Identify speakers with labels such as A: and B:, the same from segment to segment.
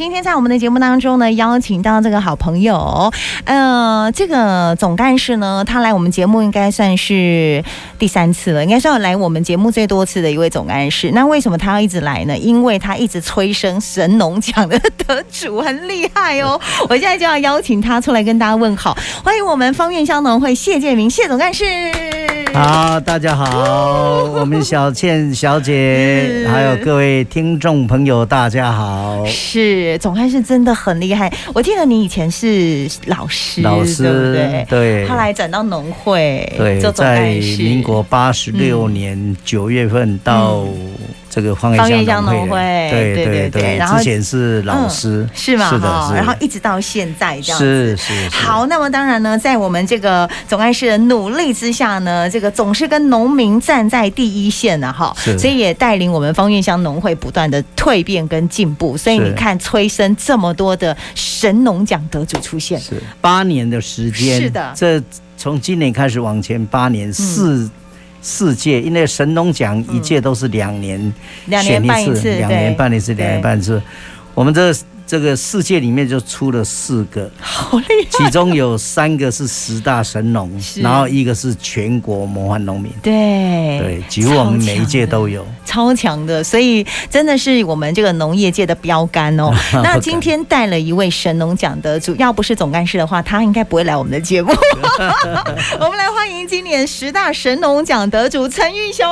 A: 今天在我们的节目当中呢，邀请到这个好朋友，呃，这个总干事呢，他来我们节目应该算是第三次了，应该算来我们节目最多次的一位总干事。那为什么他要一直来呢？因为他一直催生神农奖的得主，很厉害哦。我现在就要邀请他出来跟大家问好，欢迎我们方院乡农会谢建明谢总干事。
B: 好，大家好，我们小倩小姐，
A: 嗯
B: 还有各位听众朋友，大家好。
A: 是总干事真的很厉害。我记得你以前是老师，
B: 老师
A: 对不对？
B: 对
A: 后来转到农会，
B: 对
A: 做，总
B: 在
A: 干事。
B: 民国八十
A: 嗯
B: 六年九月份到这个方
A: 方
B: 圆
A: 圆
B: 乡
A: 乡农
B: 农会，
A: 会对
B: 对
A: 对
B: 对
A: 对
B: 对
A: 然，后
B: 之前是老师，
A: 是吗？
B: 是的，
A: 哦
B: 是的
A: 然后一直到现在这样子。
B: 是是是
A: 好，那么当然呢，在我们这个总干事的努力之下呢，这个总是跟农民站在第一线呢、哈，
B: 是
A: 所以也带领我们方院乡农会不断的蜕变跟进步。所以
B: 是
A: 你看，催生这么多的神农奖得主出现，
B: 是八年的时间，
A: 是的嗯
B: 这从今年开始往前八年四。四届，因为神农奖一届都是两年，
A: 两年半一次，
B: 两
A: 对
B: 年半一次，
A: 对
B: 两年半一次。我们这这个世界里面就出了四 个，
A: 好厉害，
B: 其中有三个是十大神农
A: 是，
B: 然后一个是全国模范农民。
A: 对
B: 对，几乎我们每一届都有。
A: 超强的，所以真的是我们这个农业界的标杆哦。那今天带了一位神农奖得主，要不是总干事的话，他应该不会来我们的节目。我们来欢迎今年十大神农奖得主陈玉雄。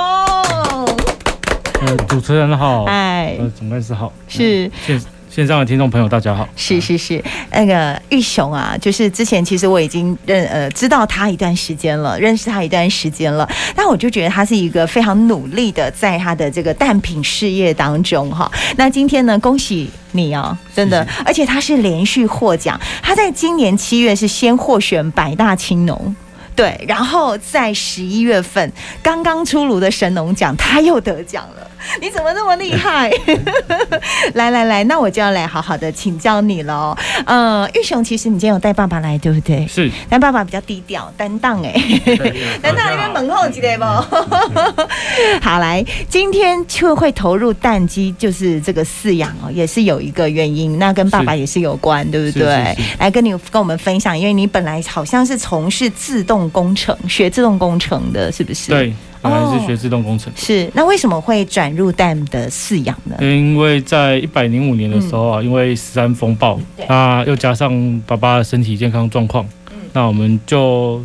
C: 呃，主持人好，
A: 哎，
C: 呃，总干事好，哎
A: 是
C: 线线上的听众朋友大家好，
A: 是是是，那个玉雄啊，就是之前其实我已经认呃知道他一段时间了，认识他一段时间了，但我就觉得他是一个非常努力的，在他的这个蛋品事业当中哈。那今天呢，恭喜你哦，真的，而且他是连续获奖，他在今年七月是先获选百大青农。对，然后在十一月份刚刚出炉的神农奖，他又得奖了。你怎么那么厉害？来来来，那我就要来好好的请教你喽。呃，玉雄，其实你今天有带爸爸来，对不对？
C: 是
A: 但爸爸比较低调担当哎、担当那边门后几类不？ 好来，今天就会投入蛋鸡，就是这个饲养哦，也是有一个原因，那跟爸爸
C: 是
A: 也是有关，对不对？
C: 是是是
A: 来跟你跟我们分享，因为你本来好像是从事自动工程，学自动工程的，是不是？，
C: 对，本来
A: 哦
C: 是学自动工程，
A: 是。那为什么会转入蛋的饲养呢？
C: 因为在一百零五年的时候啊，因为十三风暴
A: 嗯对，
C: 那又加上爸爸的身体健康状况，
A: 嗯
C: 那我们就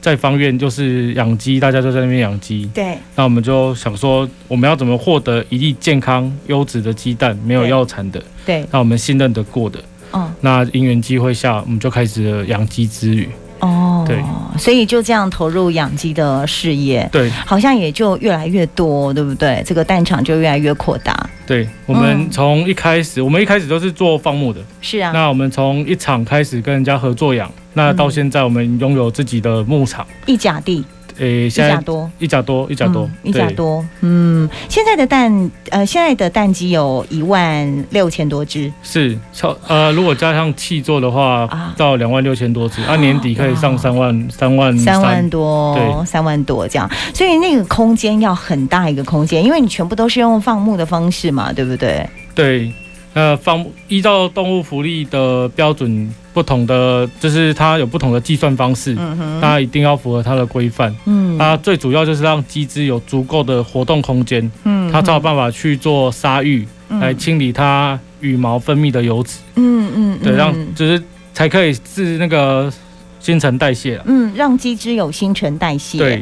C: 在方院就是养鸡，大家都在那边养鸡，
A: 对，
C: 那我们就想说，我们要怎么获得一粒健康优质的鸡蛋，没有
A: 对
C: 药残的，
A: 对，
C: 那我们信任得过的，
A: 嗯，
C: 那因缘机会下，我们就开始了养鸡之旅，
A: 哦，
C: 对，
A: 所以就这样投入养鸡的事业，
C: 对。
A: 好像也就越来越多，对不对？这个蛋场就越来越扩大。
C: 对，我
A: 嗯
C: 们从一开始，我们一开始都是做放牧的。
A: 是啊，
C: 那我们从一场开始跟人家合作养，那到现在我们拥有自己的牧场。
A: 一甲地
C: 诶，
A: 一
C: 现
A: 甲
C: 在
A: 多。
C: 一甲多，一甲多
A: 嗯，一甲
C: 对，
A: 多，嗯，现在的蛋，呃，现在的蛋鸡有一万六千多只，
C: 是超呃，如果加上气座的话
A: 啊，
C: 到两万六千多只，啊，年底可以上
A: 哇
C: 三万三万
A: 三万
C: 嗯三。
A: 多，
C: 对
A: 三万多这样，所以那个空间要很大一个空间，因为你全部都是用放牧的方式嘛，对不对？
C: 对，那放依照动物福利的标准，不同的就是它有不同的计算方式，
A: 嗯哼，
C: 那一定要符合它的规范。
A: 嗯
C: 那最主要就是让鸡只有足够的活动空间，
A: 嗯
C: 它才有办法去做杀育，
A: 嗯
C: 来清理它羽毛分泌的油脂，
A: 嗯嗯，
C: 对，让
A: 嗯
C: 就是才可以治那个新陈代谢啦。
A: 嗯让鸡只有新陈代谢，
C: 对，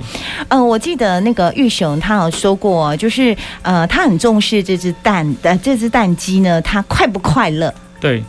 A: 呃，我记得那个玉雄他有说过，就是呃，他很重视这只蛋，呃，这只蛋鸡呢，它快不快乐、
C: 对，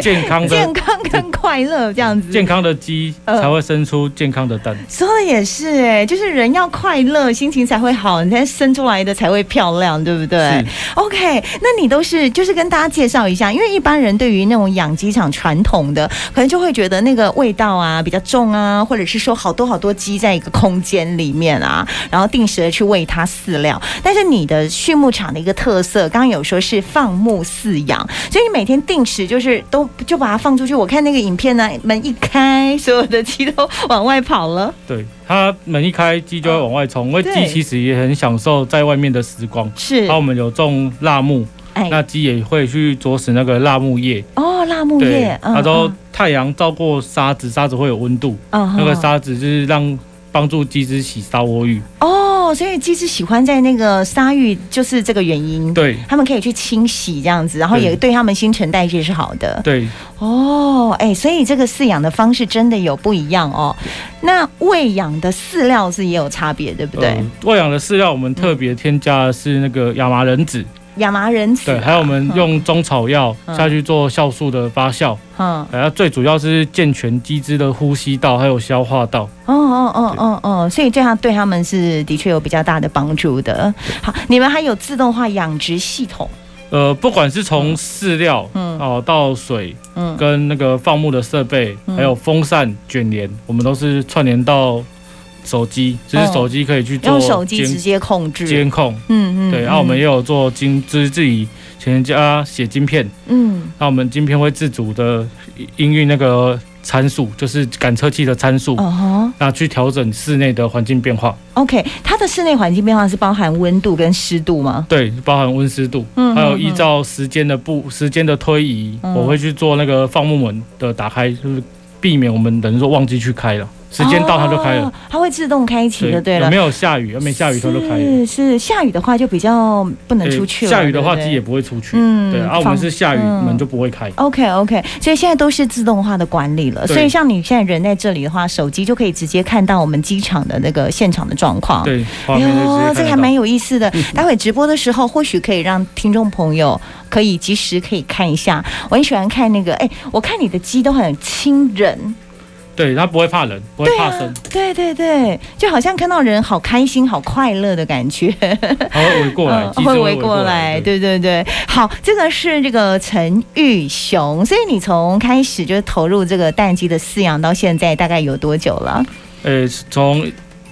C: 健康
A: 健
C: 的
A: 康跟快乐这样子。
C: 健康的鸡
A: 呃
C: 才会生出健康的蛋。
A: 说的也是、哎，就是人要快乐，心情才会好，你才生出来的才会漂亮，对不对
C: 是
A: ？OK，那你都是就是跟大家介绍一下，因为一般人对于那种养鸡场传统的，可能就会觉得那个味道啊比较重啊，或者是说好多好多鸡在一个空间里面啊，然后定时的去喂它饲料。但是你的畜牧场的一个特色，刚刚有说是放牧饲养，所以你每天定时就是都就把它放出去。我看那个影片呢、门一开，所有的鸡都往外跑了。
C: 对，它门一开，鸡就会往外冲，因为
A: 嗯对
C: 鸡其实也很享受在外面的时光。
A: 是
C: 然后我们有种辣木，
A: 哎
C: 那鸡也会去啄食那个辣木叶，
A: 哦，辣木
C: 对
A: 叶，，嗯
C: 它都太阳照过沙子，沙子会有温度，
A: 嗯
C: 那个
A: 嗯
C: 沙子就是让帮助鸡只洗沙窝浴，
A: 哦，所以鸡只喜欢在那个沙域，就是这个原因。，
C: 对
A: 他们可以去清洗这样子，然后
C: 对
A: 也对他们新陈代谢是好的。
C: 对，
A: 哦，哎，所以这个饲养的方式真的有不一样哦。那喂养的饲料是也有差别，对不对？
C: 呃喂养的饲料我们特别添加的是那个亚麻仁籽，
A: 亚麻仁籽，
C: 对，还有我们
A: 嗯
C: 用中草药
A: 嗯
C: 下去做酵素的发酵，
A: 嗯，
C: 然后最主要是健全鸡只的呼吸道还有消化道。
A: 哦哦哦哦哦，所以这样对他们是的确有比较大的帮助的。好，你们还有自动化养殖系统，
C: 呃，不管是从饲料
A: 嗯
C: 哦到水
A: 嗯，
C: 啊跟那个放牧的设备，
A: 嗯
C: 还有风扇卷帘，我们都是串联到手机，只是
A: 哦
C: 手机可以去做
A: 用手机直
C: 监
A: 接控制，
C: 监控。
A: 嗯嗯，
C: 对，
A: 嗯
C: 然后我们也有做晶，就是自己全家写晶片，
A: 嗯
C: 那我们晶片会自主的应用那个参数，就是感测器的参数，
A: 哦吼
C: 那去调整室内的环境变化。
A: ，OK，它的室内环境变化是包含温度跟湿度吗？
C: 对，包含温湿度，
A: 嗯
C: 还有
A: 嗯
C: 依
A: 嗯
C: 照时间的不时间的推移，
A: 嗯
C: 我会去做那个放牧门的打开，就是避免我们等于说忘记去开了，时间到它就开了
A: 哦。，它会自动开启就对了
C: 有没。有下雨？有没有下雨它就开了。
A: 是是，下雨的话就比较不能
C: 对
A: 出去了。
C: 下雨的话
A: 对不
C: 鸡
A: 对
C: 也不会出去。
A: 嗯
C: 对啊，我
A: 放
C: 们是下雨
A: 嗯
C: 门就不会开。
A: OK OK，所以现在都是自动化的管理了。
C: 对
A: 所以像你现在人在这里的话，手机就可以直接看到我们机场的那个现场的状况。。
C: 对，画
A: 哎
C: 面就直接看
A: 呦，
C: 得
A: 这个还
C: 到嗯
A: 蛮有意思的。待会直播的时候，或许可以让听众朋友可以及时可以看一下。我很喜欢看那个，哎，我看你的鸡都很亲人，
C: 对，它不会怕人，
A: 啊
C: 不会怕生。
A: 对对对，就好像看到人好开心、好快乐的感觉。
C: 它会围过 来，
A: 嗯
C: 机制
A: 会
C: 围
A: 围过来，。对对对。好，这个是这个陈玉雄，所以你从开始就投入这个蛋鸡的饲养到现在，大概有多久了？
C: 呃，从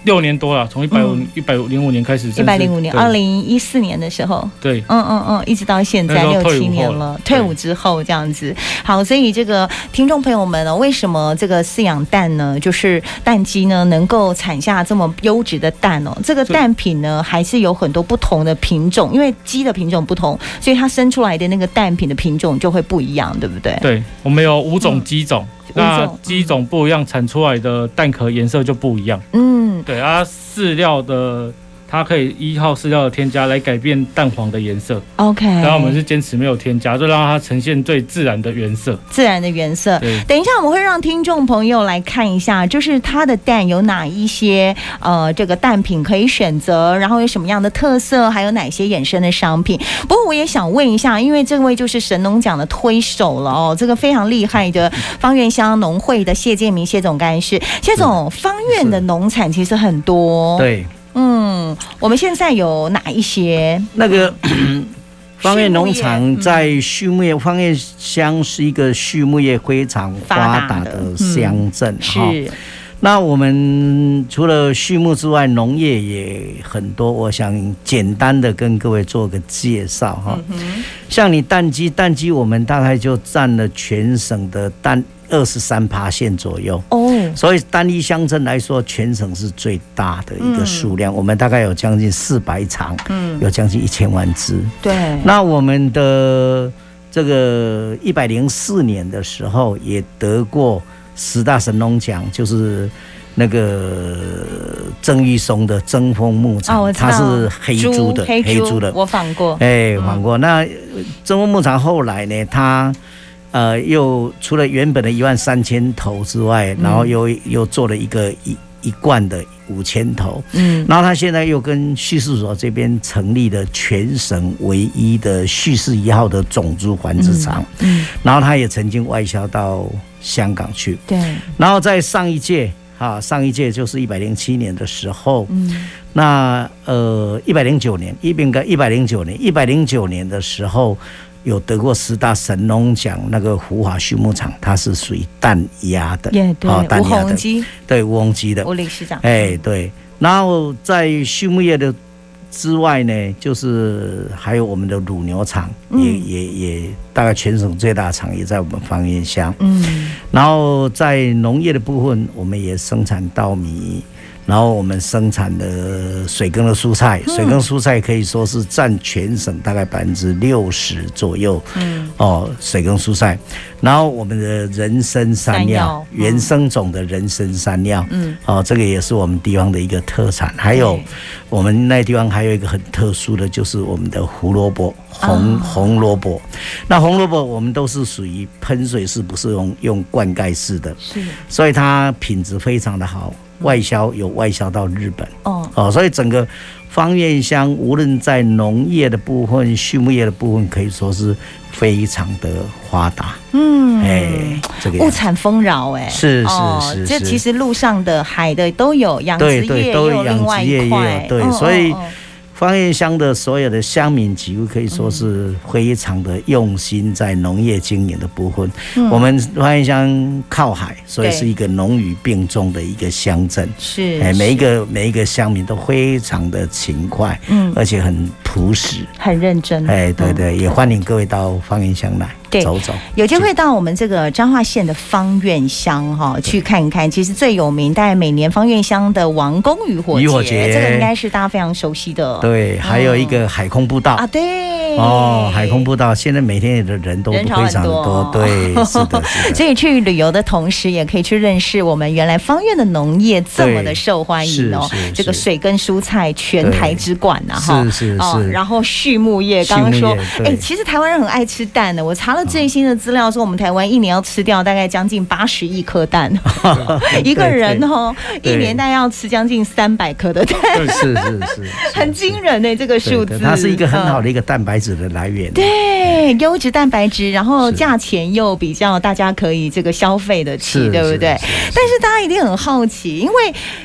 C: 六年多了，从一百五
A: 嗯
C: 一百零五年开始正式，
A: 一百零五年，
C: 对
A: 二零一四年的时候，
C: 对
A: 嗯嗯嗯，一直到现在
C: 那时候
A: 六
C: 退伍
A: 七年
C: 后
A: 了
C: 了，
A: 退
C: 对
A: 伍之后这样子。好，所以这个听众朋友们呢，为什么这个饲养蛋呢，就是蛋鸡呢能够产下这么优质的蛋哦？这个
C: 是
A: 蛋品呢还是有很多不同的品种，因为鸡的品种不同，所以它生出来的那个蛋品的品种就会不一样，对不对？
C: 对，我们有五种
A: 嗯
C: 鸡种，
A: 五
C: 那
A: 种嗯
C: 鸡种不一样，产出来的蛋壳颜色就不一样。
A: 嗯，
C: 对啊，饲料的它可以依靠饲料的添加来改变蛋黄的颜色，
A: ，OK。
C: 然后我们是坚持没有添加，就让它呈现最自然的原色。
A: 自然的原色。
C: 对，
A: 等一下，我们会让听众朋友来看一下，就是它的蛋有哪一些呃这个蛋品可以选择，然后有什么样的特色，还有哪些衍生的商品。不过我也想问一下，因为这位就是神农奖的推手了哦，这个非常厉害的方院乡农会的谢建明谢总干事，谢总，方院的农产其实很多，，
B: 对，
A: 嗯，我们现在有哪一些？
B: 那个 方
A: 哦畜
B: 院
A: 牧
B: 农
A: 业嗯
B: 场在畜牧业，方院乡是一个畜牧业非常
A: 发
B: 发
A: 达
B: 达
A: 的嗯
B: 的乡镇哈。
A: 是，
B: 那我们除了畜牧之外，农业也很多。我想简单的跟各位做个介绍哈。像你蛋鸡，蛋鸡我们大概就占了全省的蛋二十三趴线左右。
A: 哦，
B: 所以单一乡镇来说，全省是最大的一个
A: 嗯
B: 数量。我们大概有将近四百场，
A: 嗯，
B: 有将近一千万只。
A: 对，
B: 那我们的这个一百零四年的时候，也得过十大神农奖，就是那个郑玉松的争锋牧场，
A: 哦我知道
B: 它是黑猪的，
A: 黑嗯
B: 黑猪的，
A: 我访过，
B: 哎，访过。那呃争锋牧场后来呢，它。呃，又除了原本的一万三千头之外，然后又又做了一个一一罐的五千头，
A: 嗯。
B: 然后他现在又跟叙事所这边成立了全省唯一的叙事一号的种猪繁殖场，
A: 嗯，
B: 然后他也曾经外销到香港去。
A: 对，
B: 然后在上一届，哈、上一届就是一百零七年的时候，
A: 嗯
B: 那呃一百零九年，一应该一百零九年，一百零九年的时候。有得过十大神农奖，那个福华畜牧场，它是属于蛋鸭的，
A: 也对，
B: 哦
A: 吴宏基，
B: 对，乌翁鸡的。
A: 吴理事长，
B: 哎，对，然后在畜牧业的之外呢，就是还有我们的乳牛场，
A: 嗯
B: 也也也大概全省最大的厂也在我们方圆乡。
A: 嗯
B: 然后在农业的部分，我们也生产稻米，然后我们生产的水耕的蔬菜，
A: 嗯
B: 水耕蔬菜可以说是占全省大概百分之六十左右
A: 嗯，
B: 哦，水耕蔬菜。然后我们的人参山
A: 山
B: 药
A: 药，嗯
B: 原生种的人参山药，
A: 嗯，
B: 哦，这个也是我们地方的一个特产。还有
A: 对
B: 我们那地方还有一个很特殊的，就是我们的胡萝卜，红、
A: 哦
B: 红萝卜。那红萝卜我们都是属于喷水式，不是用用灌溉式的，
A: 是
B: 所以它品质非常的好，外销有外销到日本。
A: 哦，
B: 哦，所以整个方院乡无论在农业的部分、畜牧业的部分，可以说是非常的发达。
A: 嗯，
B: 哎、这个样
A: 物
B: 子
A: 产丰饶哎、
B: 是是
A: 哦
B: 是
A: 这
B: 是
A: 其实路上的、海的都有，养殖
B: 对
A: 业
B: 对
A: 也
B: 都
A: 有
B: 有
A: 另外
B: 养殖业
A: 一
B: 也
A: 块，
B: 有对
A: 嗯
B: 所以
A: 嗯嗯
B: 方院乡的所有的乡民几乎可以说是非常的用心在农业经营的部分。
A: 嗯
B: 我们方院乡靠海，所以
A: 对
B: 是一个农渔并重的一个乡镇。
A: 是
B: 哎，每一
A: 是
B: 个每一个乡民都非常的勤快，
A: 嗯
B: 而且很朴实。
A: 很认真，
B: 哎，对
A: 嗯
B: 对，也欢迎各位到方圆乡来
A: 对
B: 走走。
A: 有机会到我们这个彰化县的芳苑乡哈、去看一看，其实最有名，大概每年芳苑乡的王宫渔火
B: 渔火节
A: 这个应该是大家非常熟悉的。
B: 对，还有一个海空步道。
A: 哦啊，对
B: 哦，海空。步道现在每天的人都
A: 人
B: 非
A: 潮很
B: 常的多，
A: 多
B: 对，是的， 是的，
A: 所以去旅游的同时，也可以去认识我们原来芳苑的农业这么的受欢迎哦
B: 对是是。
A: 这个
B: 是
A: 水跟蔬菜全台之冠呐、哈。
B: 是是
A: 哦，
B: 是
A: 然，后畜牧业，刚刚
B: 畜牧
A: 说
B: 业，对
A: 哎，其实台湾人很爱吃蛋的。我查了最新的资料，说我们台湾一年要吃掉大概将近八十亿颗 蛋， 一个人哦，
B: 对
A: 一年大概要吃将近三百颗的蛋，
C: 对
B: 是是是，
A: 很惊人呢、这个
B: 对
A: 数
B: 对
A: 字。
B: 它是一个很好
A: 嗯
B: 的一个蛋白质的来源。
A: 对，优质蛋白质，然后
B: 是
A: 价钱又比较大家可以这个消费得起，
B: 是
A: 对不
B: 是
A: 对？
B: 是是
A: 但是大家一定很好奇，因为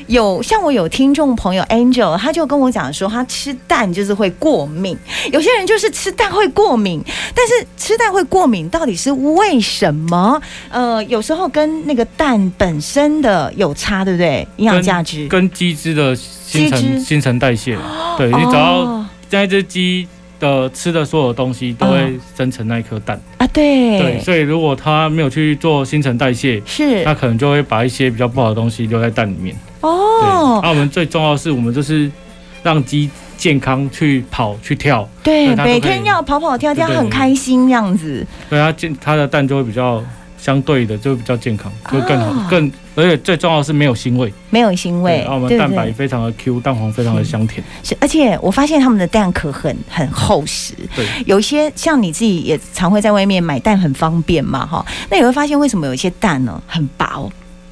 A: 有像我有听众朋友 Angel，他就跟我讲说，他吃蛋就是会过敏，有些人就是吃蛋会过敏，但是吃蛋会过敏到底是为什么？呃，有时候跟那个蛋本身的有差，对不对？营养价值。
C: 跟鸡只的新
A: 鸡
C: 陈
A: 汁
C: 新陈代谢，对你只要
A: 哦
C: 那一只鸡的吃的所有东西都会生成那一颗蛋，
A: 啊，
C: 对，
A: 对，嗯
C: 所以如果它没有去做新陈代谢，
A: 是
C: 它可能就会把一些比较不好的东西留在蛋里面。对，啊
A: 哦，
C: 那我们最重要的是，我们就是让鸡健康去跑去跳，
A: 对，
C: 对它都
A: 每
C: 可以
A: 天要跑跑跳跳，
C: 对对对
A: 很开心这样子。
C: 对它健它的蛋就会比较相对的就会比较健康，就会更好、
A: 啊
C: 更，而且最重要的是没有腥味，
A: 没有腥味，
C: 啊然后我们
A: 对
C: 蛋
A: 不
C: 白
A: 对？嗯
C: 非常的 Q，蛋黄非常的香甜，
A: 是，而且我发现他们的蛋壳很很厚实，
C: 对，
A: 有一些像你自己也常会在外面买蛋，很方便嘛，哈。那你会发现为什么有一些蛋呢很薄、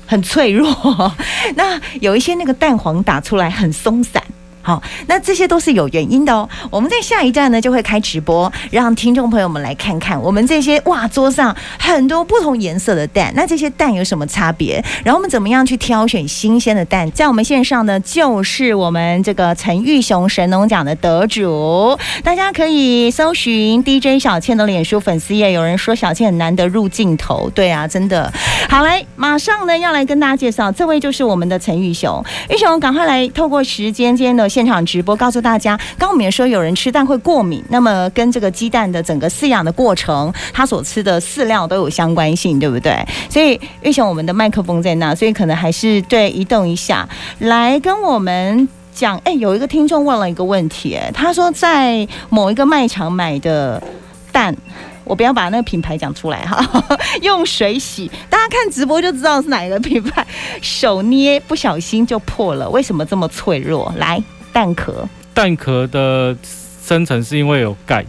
A: 很脆弱， 那有一些那个蛋黄打出来很松散。好，那这些都是有原因的哦。我们在下一站呢就会开直播，让听众朋友们来看看我们这些哇桌上很多不同颜色的蛋，那这些蛋有什么差别？然后我们怎么样去挑选新鲜的蛋？在我们线上呢，就是我们这个陈玉雄神农奖的得主，大家可以搜寻 DJ 小倩的脸书粉丝页。有人说小倩很难得入镜头，对啊，真的。好来，马上呢要来跟大家介绍，这位就是我们的陈玉雄。玉雄，赶快来透过时间间的现场直播，告诉大家，刚我们也说有人吃蛋会过敏，那么跟这个鸡蛋的整个饲养的过程，它所吃的饲料都有相关性，对不对？所以玉雄，我们的麦克风在那，所以可能还是对移动一下，来跟我们。讲哎、有一个听众问了一个问题、哎，他说在某一个卖场买的蛋，我不要把那个品牌讲出来哈， 用水洗，大家看直播就知道是哪一个品牌，手捏不小心就破了，为什么这么脆弱？来，蛋壳，
C: 蛋壳的生成是因为有钙，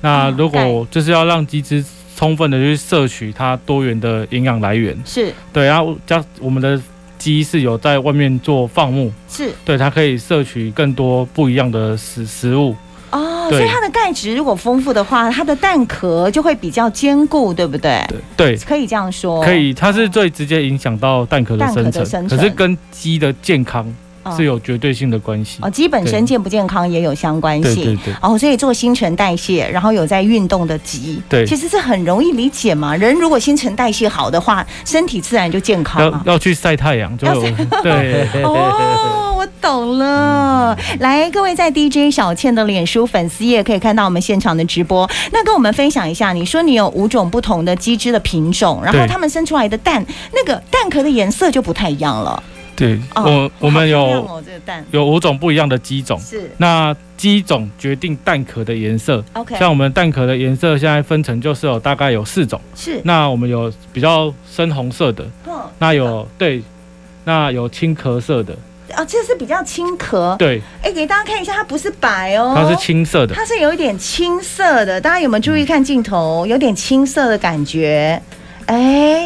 C: 那
A: 嗯
C: 如
A: 钙
C: 果就是要让鸡只充分的去摄取它多元的营养来源，
A: 是
C: 对，然后加我们的鸡是有在外面做放牧，
A: 是
C: 对，它可以摄取更多不一样的食食物，
A: 哦，
C: 对
A: 所以它的钙质如果丰富的话，它的蛋壳就会比较坚固，对不对？
C: 对对。
A: 可以这样说，
C: 可以，它是最直接影响到蛋壳的
A: 哦蛋壳的
C: 生成，
A: 生
C: 可是
A: 成
C: 跟鸡的健康
A: 哦
C: 是有绝对性的关系。
A: 哦，鸡本身
C: 对
A: 健不健康也有相关
C: 对
A: 性。
C: 对对，
A: 哦，所以做新陈代谢，然后有在运动的急，
C: 对
A: 其实是很容易理解嘛。人如果新陈代谢好的话，身体自然就健康
C: 要
A: 了。
C: 要去晒太阳，就有 对，
A: 哦，我懂了。来，各位在 DJ 小倩的脸书粉丝页可以看到我们现场的直播。那跟我们分享一下，你说你有五种不同的鸡只的品种，然后
C: 对
A: 它们生出来的蛋，那个蛋壳的颜色就不太一样了。
C: 对，
A: 哦
C: 我我们
A: 好漂亮
C: 有
A: 哦这个蛋
C: 有五种不一样的鸡种，
A: 是
C: 那鸡种决定蛋壳的颜色。
A: OK，
C: 像我们蛋壳的颜色现在分成就是有大概有四种，
A: 是
C: 那我们有比较深红色的，
A: 嗯
C: 那有对，那有青壳色的，
A: 哦，这是比较青壳，
C: 对，
A: 哎，给大家看一下，它不是白哦，
C: 它是青色的，
A: 它是有一点青色的，大家有没有注意看镜头？有点青色的感觉，哎，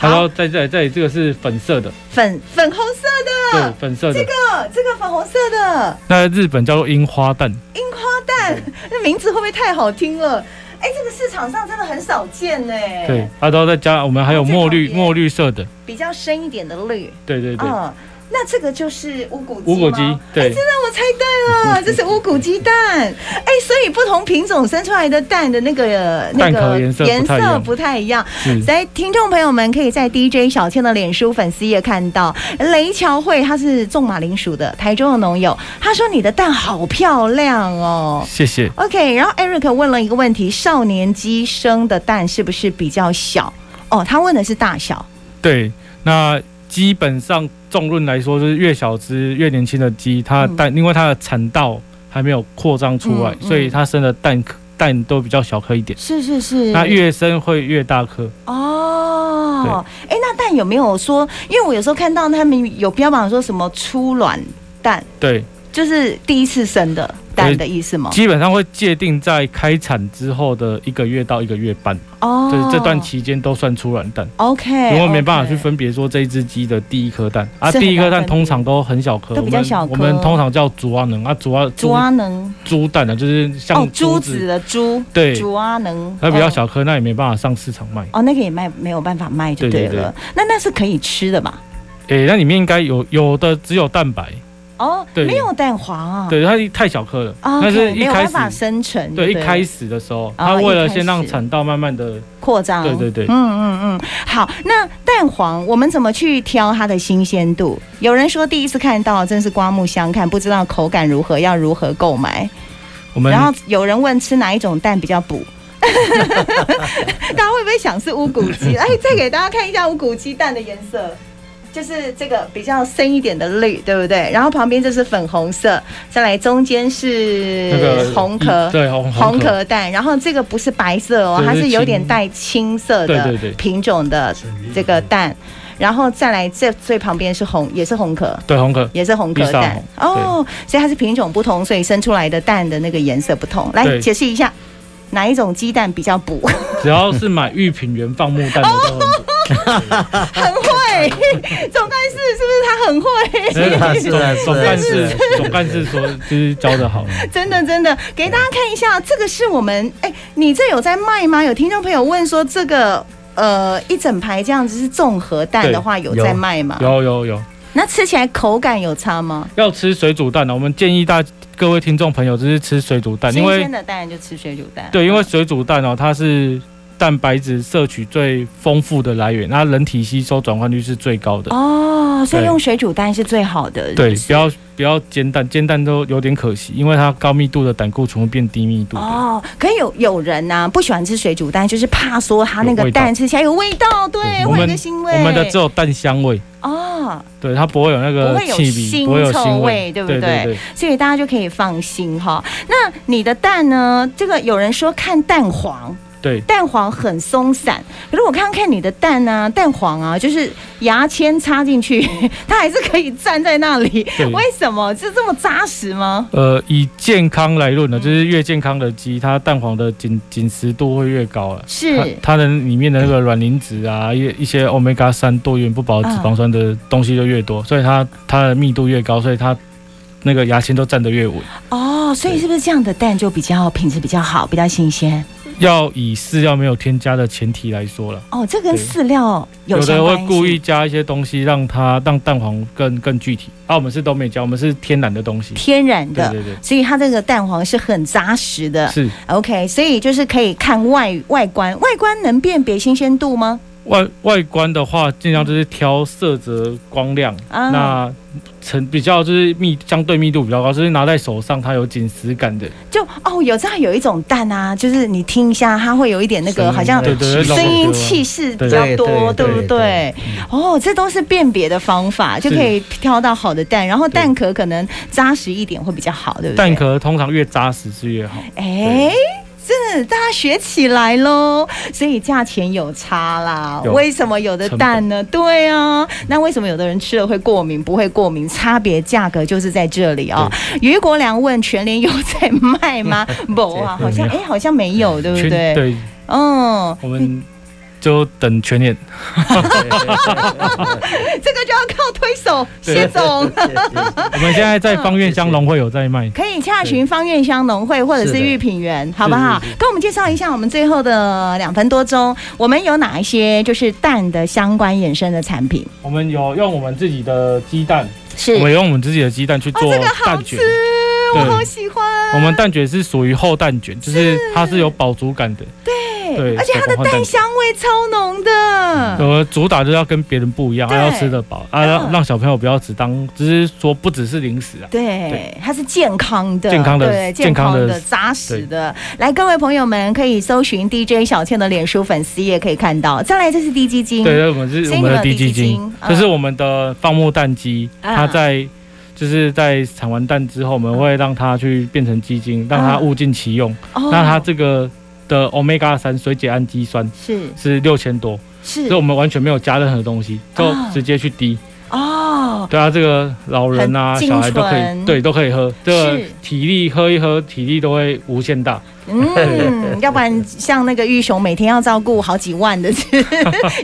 C: 然
A: 好
C: 后，在这里这里这个是粉色的，
A: 粉粉红色
C: 对
A: 的，，
C: 粉色
A: 嗯这
C: 的，
A: 个这个粉红色的
C: 那日本叫做樱花蛋，
A: 樱花蛋，那名字会不会太好听了？哎，这个市场上真的很少见呢，
C: 对，，啊，然后再加我们还有墨
A: 哦
C: 绿
A: 这个好耶
C: 墨绿色的，
A: 比较深一点的绿，
C: 对对对，
A: 嗯，那这个就是乌骨鸡吗
C: 无骨鸡，
A: 哎
C: 对
A: 真的，我猜对 了，这是乌骨鸡蛋。哎，所以不同品种生出来的蛋的那个那
C: 蛋壳
A: 个
C: 颜色不太一样
A: 不太一样。
C: 是，
A: 所以听众朋友们可以在 DJ 小倩的脸书粉丝页看到雷乔慧，她是种马铃薯的台中的农友，她说你的蛋好漂亮哦。
C: 谢谢，
A: OK，然后 Eric 问了一个问题：少年鸡生的蛋是不是比较小？哦，他问的是大小。
C: 对，那基本上重论来说，就是越小只越年轻的鸡，它的蛋、因为它的产道还没有扩张出来，
A: 嗯嗯嗯
C: 所以它生的蛋壳蛋都比较小颗一点，
A: 是是是。
C: 那越生会越大颗，
A: 哦，哎，那蛋有没有说？因为我有时候看到他们有标榜说什么初卵蛋，
C: 对，
A: 就是第一次生的蛋的意思吗？
C: 基本上会界定在开产之后的一个月到一个月半，
A: 哦，
C: 就是这段期间都算出卵蛋。
A: OK，
C: 因为没办法
A: OK
C: 去分别说这一只鸡的第一颗蛋啊，
A: 是很难
C: 第一颗蛋通常都很小颗，
A: 都比较小颗
C: 我们我们通常叫竹蛙能啊，竹蛙
A: 竹
C: 猪
A: 阿能
C: 猪蛋的，就是像
A: 哦，珠
C: 子
A: 子的珠，
C: 对，
A: 竹阿能，
C: 它比较
A: 哦。
C: 小颗，那也没办法上市场卖。
A: 哦，那个也卖没有办法卖就对了，
C: 对对对
A: 那那是可以吃的吧？
C: 诶，那里面应该有有的只有蛋白，
A: 哦，
C: 对
A: 没有蛋黄啊，
C: 对，它太小颗了，
A: 哦，
C: 但是
A: OK，
C: 一
A: 没有
C: 开
A: 办法
C: 始。
A: 生成，
C: 对，一
A: 了
C: 开始的时
A: 哦
C: 候，它为了先让产道慢慢的，
A: 扩张，
C: 对对对
A: 嗯嗯嗯，好，那蛋黄我们怎么去挑它的新鲜度？有人说第一次看到真是刮目相看，不知道口感如何，要如何购买。
C: 我们
A: 然后有人问吃哪一种蛋比较 补。大家会不会想是乌骨 鸡？哎，再给大家看一下乌骨鸡蛋的颜色，就是这个比较深一点的绿，对不对？然后旁边这是粉红色，再来中间是
C: 那个
A: 红壳，
C: 对红
A: 红
C: 壳，
A: 壳蛋，然后这个不是白色哦，
C: 对
A: 它
C: 是
A: 是有
C: 青
A: 点带青色
C: 对
A: 的
C: 对对
A: 品种的这个蛋，然后再来这最旁边是红，也是红壳，
C: 对红壳，
A: 也是红壳
C: 披萨
A: 蛋
C: 红对
A: 哦，所以它是品种不同，所以生出来的蛋的那个颜色不同。来
C: 对
A: 解释一下，哪一种鸡蛋比较补？
C: 只要是买玉品原放木蛋的都很
A: 哦
C: 补，
A: 很 会，总干事是不是他很会？
B: 是啊是啊是啊
C: 总总干
B: 是啊
C: 事
B: 是啊
C: 总干事说就是教的好，
A: 真的真的，给大家看一下，这个是我们哎、你这有在卖吗？有听众朋友问说这个。呃，一整排这样子是综合蛋的
C: 对
A: 话，有
B: 有
A: 在卖吗？
C: 有有有，
A: 那吃起来口感有差吗？
C: 要吃水煮蛋呢，啊我们建议大各位听众朋友就是吃水煮蛋，因
A: 新
C: 为
A: 鲜的蛋就吃水煮蛋。
C: 对，因为水煮蛋哦，它是蛋白质摄取最丰富的来源，那人体吸收转换率是最高的。
A: 哦，所以
C: 对
A: 用水煮蛋是最好的。
C: 对，
A: 是
C: 不要不要煎蛋，煎蛋都有点可惜，因为它高密度的胆固醇会变低密度的。
A: 哦，可有有人呐、不喜欢吃水煮蛋，就是怕说它那
C: 有
A: 个
C: 味道
A: 蛋吃起来有味道，对，
C: 对我
A: 会有
C: 们
A: 一个腥味。
C: 我们的只有蛋香味，
A: 哦，
C: 对，它不会有那
A: 不
C: 个
A: 会有
C: 气味，
A: 腥
C: 不会有
A: 臭
C: 腥
A: 味对不
C: 对
A: 对
C: 对对，
A: 所以大家就可以放心哈。那你的蛋呢？这个有人说看蛋黄，
C: 对
A: 蛋黄很松散，可是我看看你的蛋啊，蛋黄啊，就是牙签插进去， 它还是可以站在那里。
C: 对
A: 为什么是这么扎实吗？
C: 呃，以健康来论呢，就是越健康的鸡，它蛋黄的紧紧实度会越高了。它
A: 是
C: 它的里面的那个卵磷脂啊，一一些 omega 三多元不饱和脂
A: 嗯
C: 肪酸的东西就越多，所以它它的密度越高，所以它那个牙签都站得越稳。
A: 哦，所以是不是这样的蛋就比较品质比较好，比较新鲜？
C: 要以饲料没有添加的前提来说了，
A: 哦，这跟
C: 对
A: 饲料有
C: 有
A: 相
C: 的
A: 关
C: 会故意
A: 性
C: 加一些东西让它让蛋黄更更具体。啊，我们是都没加，我们是天然的东西。
A: 天然
C: 对
A: 的，
C: 对对，
A: 所以它这个蛋黄是很扎实的。
C: 是
A: OK，所以就是可以看外外观，外观能辨别新鲜度吗？
C: 外外观的话，尽量就是挑色泽光亮，
A: 啊
C: 那成比较就是密相对密度比较高，就是拿在手上它有紧实感的
A: 就哦，有这样有一种蛋啊，就是你听一下，它会有一点那个好像
C: 对对对
A: 声音
C: 对
A: 气势比较多，对不
B: 对对对
A: 对？哦，这都是辨别的方法，就是可以挑到好的蛋，然后蛋壳可能扎实一点会比较好，对不对？
C: 蛋，壳，通常越扎实是越好。
A: 哎。真的，大家学起来喽，所以价钱有差啦。
C: 有
A: 为什么有的蛋呢？对啊，那为什么有的人吃了会过敏，不会过敏？差别价格就是在这里哦。于国良问全联有在卖 吗？不啊，好像哎、好像没有，对不
C: 全
A: 对？
C: 对，
A: 嗯，
C: 我们就等 全年。
A: 这个就要靠推手，
C: 对
A: 谢总。
C: 我们现在在方院香农会有在卖。
A: 可以洽询方苑香农会或者是玉品园，好不好
C: 是是？
A: 跟我们介绍一下我们最后的两分多钟，我们有哪一些就是蛋的相关衍生的产品？
C: 我们有用我们自己的鸡蛋，
A: 是
C: 我们用我们自己的鸡蛋去
A: 嗯哦，
C: 做
A: 这个好
C: 蛋
A: 吃啊
C: 卷。，
A: 我
C: 对
A: 好喜欢。
C: 我们蛋卷是属于厚蛋卷，
A: 嗯
C: 就是它是有饱足感的。
A: 对，
C: 对嗯
A: 而且它的
C: 手工换
A: 蛋
C: 蛋
A: 香味超浓的。
C: 我主打就是要跟别人不一
A: 嗯
C: 样，
A: 对
C: 还要吃得饱，啊，
A: 嗯
C: 让让小朋友不要只当，只是说不只是零食啊。
A: 对，它是健康的，
C: 健康的
A: 对，健
C: 健康
A: 康
C: 的
A: 的、扎实的。来，各位朋友们可以搜寻 DJ 小倩的脸书粉丝页可以看到。再来，这是低基金，
C: 对，这我们是
A: 所以你
C: 我们
A: 们有
C: 的低基
A: 低基
C: 金
A: 金，嗯
C: 这是我们的放牧蛋鸡，
A: 嗯
C: 它在就是在产完蛋之后，我们会让它去变成鸡精，
A: 嗯
C: 让它物尽其用。
A: 哦
C: 那它这个的 omega 三水解氨基酸
A: 是
C: 是六千多，所以
A: 是
C: 我们完全没有加任何东西，就
A: 啊
C: 直接去滴。
A: 哦，
C: 对啊，这个老人啊，
A: 很
C: 小孩都可
A: 精纯
C: 以，对，都可以喝。这个
A: 是
C: 体力喝一喝，体力都会无限大。
A: 嗯，要不然像那个玉雄每天要照顾好几万 的，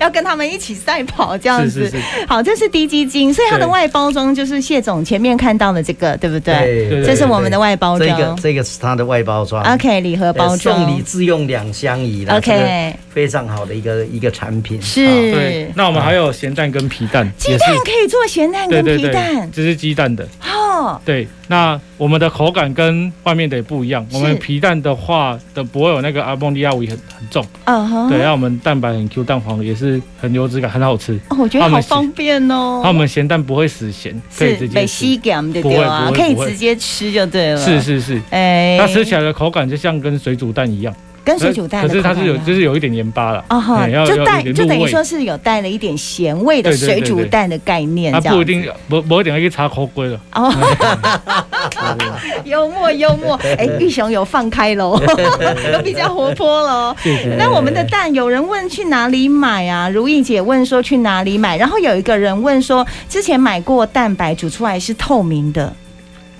A: 要跟他们一起赛跑这样
C: 是
A: 子。
C: 是是，
A: 好，这嗯是低基金，所以它的
C: 对
A: 外包装就是谢总前面看到的这个，对不对？
B: 对
C: 对
A: 这是我们的外包
B: 这个
A: 装。
B: 这个是它的外包装
C: 啊
A: OK，礼盒包
B: 呃送礼
A: 装。
B: 自用两相宜啦
A: OK，
B: 这个非常好的一个一个产品。
A: 是
B: 啊
C: 对。那我们还有咸蛋跟皮蛋，
A: 鸡蛋可以做咸蛋
C: 对
A: 跟
C: 对
A: 皮
C: 对
A: 蛋，，
C: 这是鸡蛋的。
A: 哦，
C: 对，那我们的口感跟外面的也不一样。
A: 是
C: 我们皮蛋的话的不会有那个阿蒙利亚味很很重，
A: 嗯哼，
C: 对，那啊我们蛋白很 Q，蛋黄也是很优质感，很好吃。
A: 哦，我觉得
C: 他
A: 好
C: 们
A: 方便哦。
C: 那我们咸蛋不会死咸，可以
A: 是
C: 直
A: 北
C: 接吃。
A: 西港的对啊，
C: 不会不
A: 可
C: 会
A: 以
C: 不会
A: 直接吃就对了。
C: 是，是是，
A: 哎，
C: 它吃起来的口感就像跟水煮蛋一样，
A: 跟水煮蛋的
C: 可是它是有
A: 口感啊
C: 就是有一点盐巴了，
A: 哦哈
C: 哎，要
A: 就
C: 要
A: 带
C: 有点
A: 就等
C: 入
A: 于
C: 味
A: 说是有带了一点咸味的
C: 对对对
A: 水煮
C: 对
A: 蛋的概念，
C: 它
A: 这样
C: 不一定，不不一定要去查口龟了。
A: 哦， 幽默幽默，哎，玉雄有放开 喽，有比较活泼喽。
C: 谢谢。
A: 那我们的蛋，有人问去哪里买啊？如意姐问说去哪里买，然后有一个人问说，之前买过蛋白煮出来是透明的，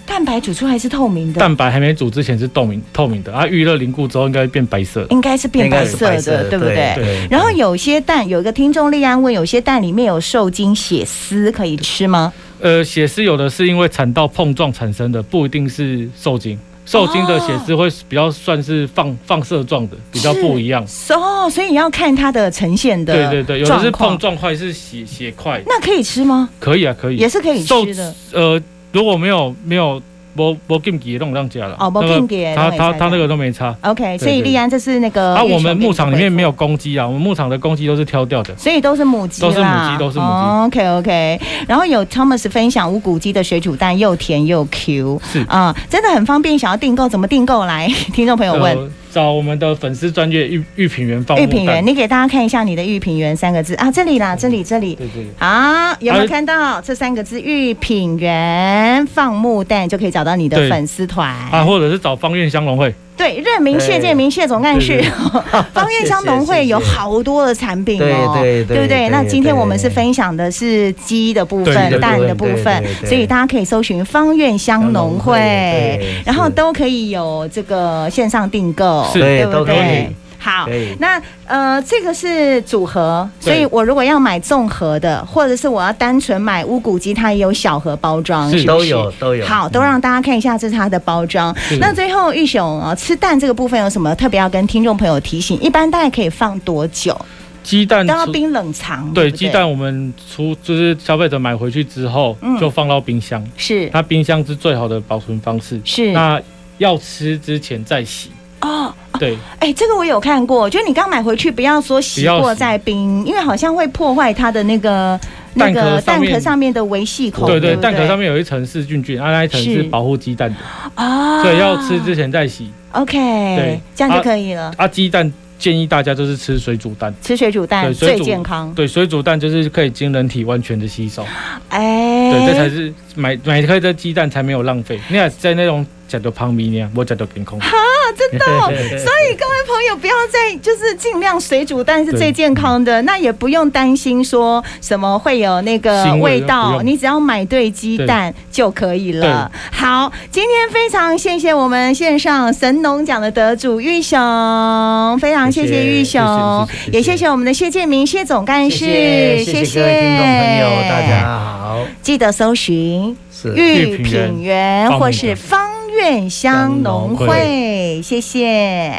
A: 蛋白煮出来是透明的，
C: 蛋白还没煮之前是透明透明的，啊，预热凝固之后应该变白色的。
A: 应该是变
B: 应
A: 白
B: 该是
A: 色
B: 白
A: 的，对不对？
B: 对？
C: 对
A: 然后有些蛋，有一个听众立安问，有些蛋里面有受精血丝，可以吃吗？
C: 呃，血丝有的是因为产道碰撞产生的，不一定是受精。受精
A: 哦
C: 的血丝会比较算是放放射状的，比较不一样。
A: 是哦，所以你要看它的呈现的
C: 对对对，有的是
A: 状况
C: 碰撞块是血血块，
A: 那可以吃吗？
C: 可以啊，可以。
A: 也是可以
C: 受
A: 吃的
C: 呃，如果没有没有不不禁忌弄让加了，
A: 哦，不
C: 那个
A: 并给
C: 它它它那个都没差。
A: OK，
C: 对
A: 所以
C: 对
A: 立安这是那个
C: 啊，我们牧场里面没
A: 有。
C: 有公鸡啊，我们牧场的公鸡都是挑掉的。
A: 所以都是母鸡啦，
C: 都是母鸡都是母鸡
A: OK OK，然后有 Thomas 分享无骨鸡的水煮蛋又甜又 Q，
C: 是
A: 啊、真的很方便。想要订购怎么订购来？ 听众朋友问。
C: 呃找我们的粉丝专业玉玉品园放
A: 玉
C: 牧
A: 品
C: 蛋
A: 园，。你给大家看一下你的“玉品园”三个字啊，这里啦，这里，这里。
C: 对对。对
A: 好，有没有
C: 啊
A: 看到这三个字“玉品园放木蛋”就可以找到你的
C: 对
A: 粉丝团
C: 啊，或者是找方院香农会。
A: 对，任明谢建明谢总干事
C: 对，
A: 方院香农会有好多的产品哦，
B: 对对对
A: 不对？
B: 对
A: 那今天
B: 对
A: 我们是分享的是鸡的部分
C: 对对、对
A: 蛋的部分
B: 对对，对
A: 所以大家可以搜寻方院香农
B: 对
A: 会
B: 对，
A: 然后
B: 是
A: 都可以有这个线上订购，
C: 是
A: 对
B: 对
A: 不
B: 都可
A: 对
B: 以？
A: 好
B: 可 以，
A: 那呃，这个是组合，所
C: 对
A: 以我如果要买综合的，或者是我要单纯买乌骨鸡，它也有小盒包装，
C: 是
A: 不
B: 都有都有。
A: 好，都让大家看一下这是它的包装。
C: 嗯是
A: 那最后玉雄啊，吃蛋这个部分有什么特别要跟听众朋友提醒？一般大概可以放多久？
C: 鸡蛋
A: 都要
C: 除
A: 冰冷藏。
C: 对
A: 不
C: 鸡蛋，我们出就是消费者买回去之后
A: 嗯，
C: 就放到冰箱，
A: 是
C: 它冰箱是最好的保存方式。
A: 是
C: 那要吃之前再洗，
A: 哦，
C: 对，
A: 哎，这个我有看过，就是你刚买回去不要说洗
C: 不要
A: 过
C: 洗
A: 再冰，因为好像会破坏它的那个那个蛋
C: 蛋壳上面
A: 壳上面的维系孔，
C: 对
A: 对
C: 对，
A: 不对，
C: 蛋壳上面有一层是菌菌，啊，那一层
A: 是
C: 是保护鸡蛋的，
A: 啊，
C: 所以要吃之前再洗。
A: OK，
C: 对
A: 这样就
C: 啊
A: 可以了。
C: 啊，鸡蛋建议大家就是吃水煮蛋，
A: 吃水煮蛋
C: 对水
A: 最
C: 煮
A: 健康，
C: 对，水煮蛋就是可以经人体完全的吸收，
A: 哎，
C: 对，这才是买买一颗的鸡蛋才没有浪费。你看在那种假的旁边呢，我假的凭空。
A: 真的哦。所以各位朋友不要再就是尽量水煮蛋是最健康的，那也不用担心说什么会有那个
C: 腥味
A: 味
C: 不
A: 道，
C: 用
A: 你只要买对鸡蛋就可以了。好，今天非常谢谢我们线上神农奖的得主玉雄，非常谢谢玉雄，
B: 谢谢谢谢谢谢
A: 也谢谢我们的谢建明谢总干事，
B: 谢谢各位听众朋友，大家好，
A: 记得搜寻
B: 是
A: 玉
C: 玉
A: 品
C: 品
A: 园
C: 园
A: 或是方苑香农
C: 方苑
A: 会，谢谢。